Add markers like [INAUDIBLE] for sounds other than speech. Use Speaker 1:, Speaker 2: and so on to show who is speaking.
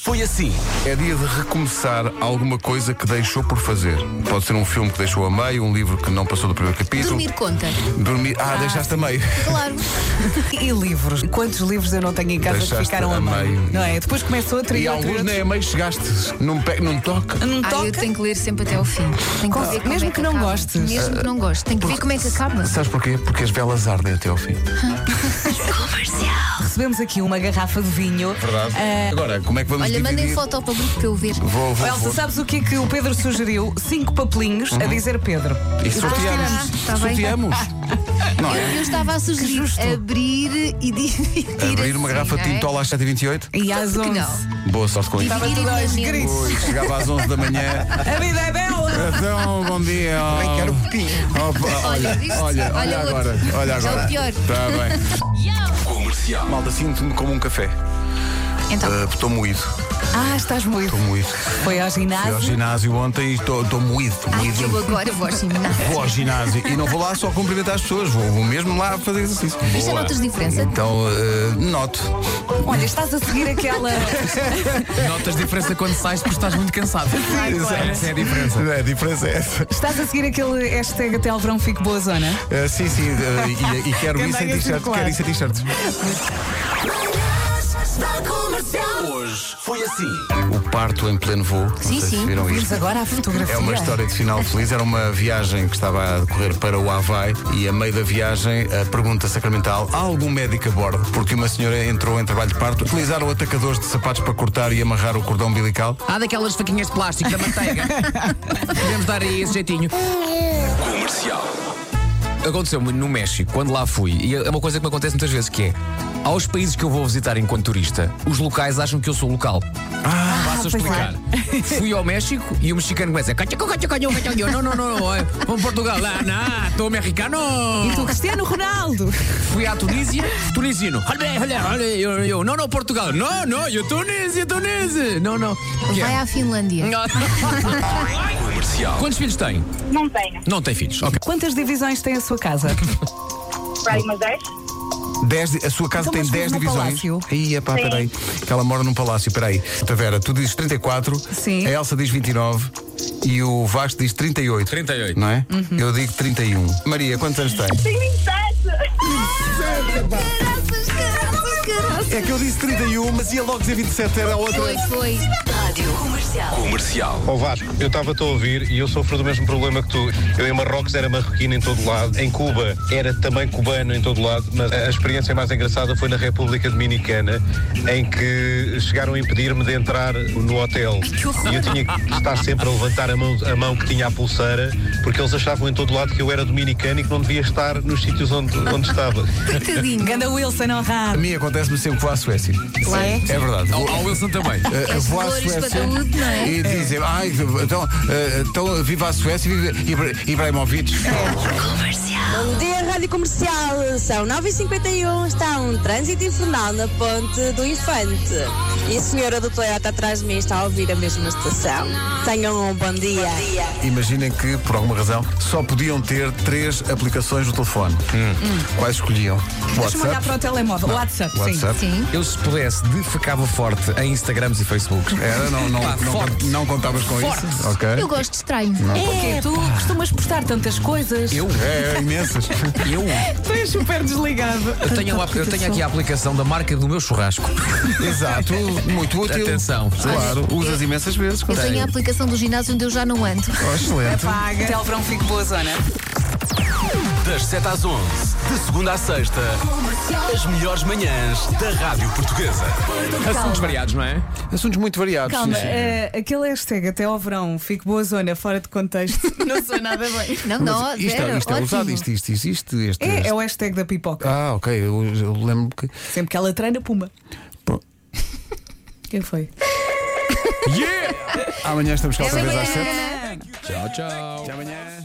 Speaker 1: Foi assim.
Speaker 2: É dia de recomeçar alguma coisa que deixou por fazer. Pode ser um filme que deixou a meio, um livro que não passou do primeiro capítulo.
Speaker 3: Dormir conta.
Speaker 2: Dormir. Ah, deixaste a meio.
Speaker 3: Claro.
Speaker 4: E livros? Quantos livros eu não tenho em casa
Speaker 2: Deixaste
Speaker 4: que ficaram
Speaker 2: a
Speaker 4: a meio?
Speaker 2: meio.
Speaker 4: Não é? Depois começa outro e,
Speaker 2: E
Speaker 4: outro. e
Speaker 2: alguns
Speaker 4: outro.
Speaker 2: nem a meio chegaste. Não, pe... não toca.
Speaker 4: Não
Speaker 3: Ah, eu
Speaker 4: toca?
Speaker 3: tenho que ler sempre até ao fim. Tenho que
Speaker 4: Conse-
Speaker 3: ver como
Speaker 4: mesmo
Speaker 3: é
Speaker 4: que não
Speaker 3: acaba.
Speaker 4: gostes?
Speaker 3: Mesmo que
Speaker 2: Ah,
Speaker 3: não goste. Tenho que ver como é que acaba.
Speaker 2: Sabes porquê? Porque as velas ardem até ao fim.
Speaker 4: Recebemos aqui uma garrafa de vinho.
Speaker 2: Verdade.
Speaker 4: Ah,
Speaker 2: Agora, como é que vamos
Speaker 3: Olha,
Speaker 2: dividir?
Speaker 3: mandem foto ao público para eu ver.
Speaker 2: Vou, vou,
Speaker 4: Elsa,
Speaker 2: vou.
Speaker 4: sabes o que é que o Pedro sugeriu? Cinco papelinhos a dizer Pedro.
Speaker 2: E sorteamos.
Speaker 3: Ah, está bem.
Speaker 2: sorteamos. Não
Speaker 3: Eu,
Speaker 2: é?
Speaker 3: eu estava a sugerir abrir e dividir.
Speaker 2: Abrir uma
Speaker 3: assim,
Speaker 2: garrafa de
Speaker 3: não é?
Speaker 2: tintola às 7h28.
Speaker 4: E às
Speaker 3: Por que
Speaker 4: 11.
Speaker 3: não?
Speaker 2: Boa sorte
Speaker 3: Tá
Speaker 2: com isso.
Speaker 4: Estava tudo aos
Speaker 3: Dividir e
Speaker 4: gritos.
Speaker 2: Ui, chegava às 11 da manhã.
Speaker 4: A vida é bela!
Speaker 2: Então, bom dia. Também quero um
Speaker 3: Olha,
Speaker 2: olha,
Speaker 3: viste?
Speaker 2: olha, olha
Speaker 3: Olha outro.
Speaker 2: agora. Olha
Speaker 3: Já
Speaker 2: agora.
Speaker 3: o pior.
Speaker 2: Está bem. Comercial. Malda, sinto-me como um café.
Speaker 3: Então.
Speaker 2: Ah, Estou moído.
Speaker 4: Ah, estás moído.
Speaker 2: Estou moído.
Speaker 4: Foi ao
Speaker 2: Fui ao
Speaker 4: ginásio.
Speaker 2: ginásio ontem e estou estou moído. estou
Speaker 3: Ai,
Speaker 2: moído.
Speaker 3: eu agora vou
Speaker 2: [LAUGHS]
Speaker 3: ao ginásio.
Speaker 2: Vou ao ginásio e não vou lá só cumprimentar as pessoas, vou, vou mesmo lá fazer exercício.
Speaker 3: Isto é
Speaker 2: Boa.
Speaker 3: notas de diferença?
Speaker 2: Então, ah, noto.
Speaker 4: Olha, estás a seguir [LAUGHS] aquela.
Speaker 5: Notas diferença quando sais porque estás muito cansado.
Speaker 2: claro.
Speaker 5: Essa é a diferença.
Speaker 2: A diferença é essa.
Speaker 4: Estás a seguir aquele hashtag até ao verão fico boa zona.
Speaker 2: Ah, sim, sim, ah, e, e quero
Speaker 4: Também
Speaker 2: isso em
Speaker 4: é
Speaker 2: t-shirt.
Speaker 4: circular.
Speaker 2: Quero isso em t-shirt.
Speaker 1: Hoje foi assim.
Speaker 2: O parto em pleno voo.
Speaker 3: Sim,
Speaker 2: não sei se
Speaker 3: sim.
Speaker 2: viram isto.
Speaker 4: Vimos agora a fotografia.
Speaker 2: É uma história de final feliz. Era uma viagem que estava a decorrer para o Havaí e, a meio da viagem, a pergunta sacramental: há algum médico a bordo? Porque uma senhora entrou em trabalho de parto, utilizaram atacadores de sapatos para cortar e amarrar o cordão umbilical.
Speaker 5: Há daquelas faquinhas de plástico da manteiga. Podemos dar aí esse jeitinho. Aconteceu-me no México, quando lá fui, e é uma coisa que me acontece muitas vezes, que é aos países que eu vou visitar enquanto turista, os locais acham que eu sou local. Ah, Passo a
Speaker 4: pois
Speaker 5: explicar. Fui ao México e o mexicano começa "Cachaco, cachaco, cachaco, cachaco." Eu, Não, não, não, não, é, vamos Portugal. Ah, não, estou mexicano.
Speaker 4: E tu, Cristiano Ronaldo!
Speaker 5: Fui à Tunísia, tunisino. Olha, olha, olha, eu, eu, não, não, Portugal. Não, não, eu Tunísia, Tunísia. Não, não. Que é?
Speaker 3: Vai à Finlândia.
Speaker 5: Quantos filhos tem?
Speaker 6: Não tenho.
Speaker 5: Não tem filhos. Ok.
Speaker 4: Quantas divisões tem a sua casa?
Speaker 6: Vai umas 10?
Speaker 2: Dez, a sua casa tem
Speaker 4: Então, mas
Speaker 2: 10
Speaker 4: num
Speaker 2: divisões.
Speaker 4: palácio?
Speaker 2: Ih, pá,
Speaker 6: Sim.
Speaker 2: peraí. Que ela mora num palácio, peraí. Tavera, tu dizes 34,
Speaker 4: Sim.
Speaker 2: a Elsa diz 29 e o Vasco diz 38.
Speaker 5: 38.
Speaker 2: Não é?
Speaker 4: Uhum.
Speaker 2: Eu digo 31. Maria, quantos anos tem?
Speaker 6: Tenho 27!
Speaker 3: Caraças, caraças, caraças.
Speaker 2: É que eu disse 31, mas ia logo dizer 27, era outra.
Speaker 3: Foi, foi.
Speaker 7: Ó Vasco, eu estava-te a ouvir e eu sofro do mesmo problema que tu. Eu em Marrocos era marroquino em todo lado, em Cuba era também cubano em todo lado, mas a a experiência mais engraçada foi na República Dominicana, em que chegaram a impedir-me de entrar no hotel. E eu tinha que estar sempre a levantar a mão, a mão que tinha a pulseira, porque eles achavam em todo lado que eu era dominicano e que não devia estar nos sítios onde, onde estava.
Speaker 3: Coitadinho.
Speaker 4: Ganda Wilson
Speaker 2: A
Speaker 4: honrado!
Speaker 2: mim acontece-me sempre que vou à Suécia.
Speaker 4: É?
Speaker 2: É verdade.
Speaker 5: Ao,
Speaker 2: Vou,
Speaker 5: ao Wilson também.
Speaker 2: eh,
Speaker 3: És
Speaker 2: vou à
Speaker 3: dores para
Speaker 2: Suécia
Speaker 3: saúde, não é?
Speaker 2: e dizem, ai, então, eh, então viva a Suécia e viva Ibra- Ibrahimovic.
Speaker 8: Bom dia, Rádio Comercial. São 9h51, está um trânsito infernal na ponte do Infante. E a senhora do Toyota atrás de mim está a ouvir a mesma estação. Tenham um bom dia.
Speaker 2: Imaginem que, por alguma razão, só podiam ter três aplicações no telefone. Quais escolhiam?
Speaker 4: Deixa-me olhar para o telemóvel. WhatsApp, sim.
Speaker 2: WhatsApp.
Speaker 3: [LAUGHS] Sim.
Speaker 5: Eu, se pudesse, defecava forte em Instagrams e Facebooks.
Speaker 2: Era, não, não,
Speaker 5: Pá,
Speaker 2: não,
Speaker 5: forte.
Speaker 2: não contavas com isso. Ok.
Speaker 3: Eu gosto de estranho.
Speaker 4: Porquê? é Tu costumas postar tantas coisas.
Speaker 5: Eu?
Speaker 2: É, é imensas.
Speaker 5: Eu?
Speaker 4: Tu és super desligado.
Speaker 5: Eu tenho, a- eu tenho aqui a aplicação da marca do
Speaker 1: [LAUGHS]
Speaker 5: meu churrasco.
Speaker 2: Exato, muito útil.
Speaker 5: Atenção.
Speaker 2: Claro, usas imensas vezes.
Speaker 3: Eu tenho a aplicação do ginásio onde eu já não ando.
Speaker 2: Oh, excelente.
Speaker 4: Paga. Até ao verão fico boa zona.
Speaker 1: Das 7 às 11, de segunda à sexta, as melhores manhãs da Rádio Portuguesa.
Speaker 5: Assuntos variados, não é?
Speaker 2: Assuntos muito variados.
Speaker 4: Calma,
Speaker 2: sim, sim.
Speaker 4: eh, aquele hashtag até ao verão fico boa zona, fora de contexto. [LAUGHS] Não sou nada bem.
Speaker 3: Não, não,
Speaker 2: Mas isto,
Speaker 3: zero.
Speaker 2: é, isto é
Speaker 3: Ótimo.
Speaker 2: usado, isto, isto existe. Este,
Speaker 4: É,
Speaker 2: este-
Speaker 4: é o hashtag da pipoca.
Speaker 2: Ah, ok, eu, eu lembro que.
Speaker 4: Sempre que ela treina, puma.
Speaker 2: Pô.
Speaker 4: Quem foi?
Speaker 2: [LAUGHS] Amanhã estamos cá outra vez às
Speaker 3: amanhã.
Speaker 2: sete.
Speaker 5: Tchau, tchau.
Speaker 2: Até amanhã.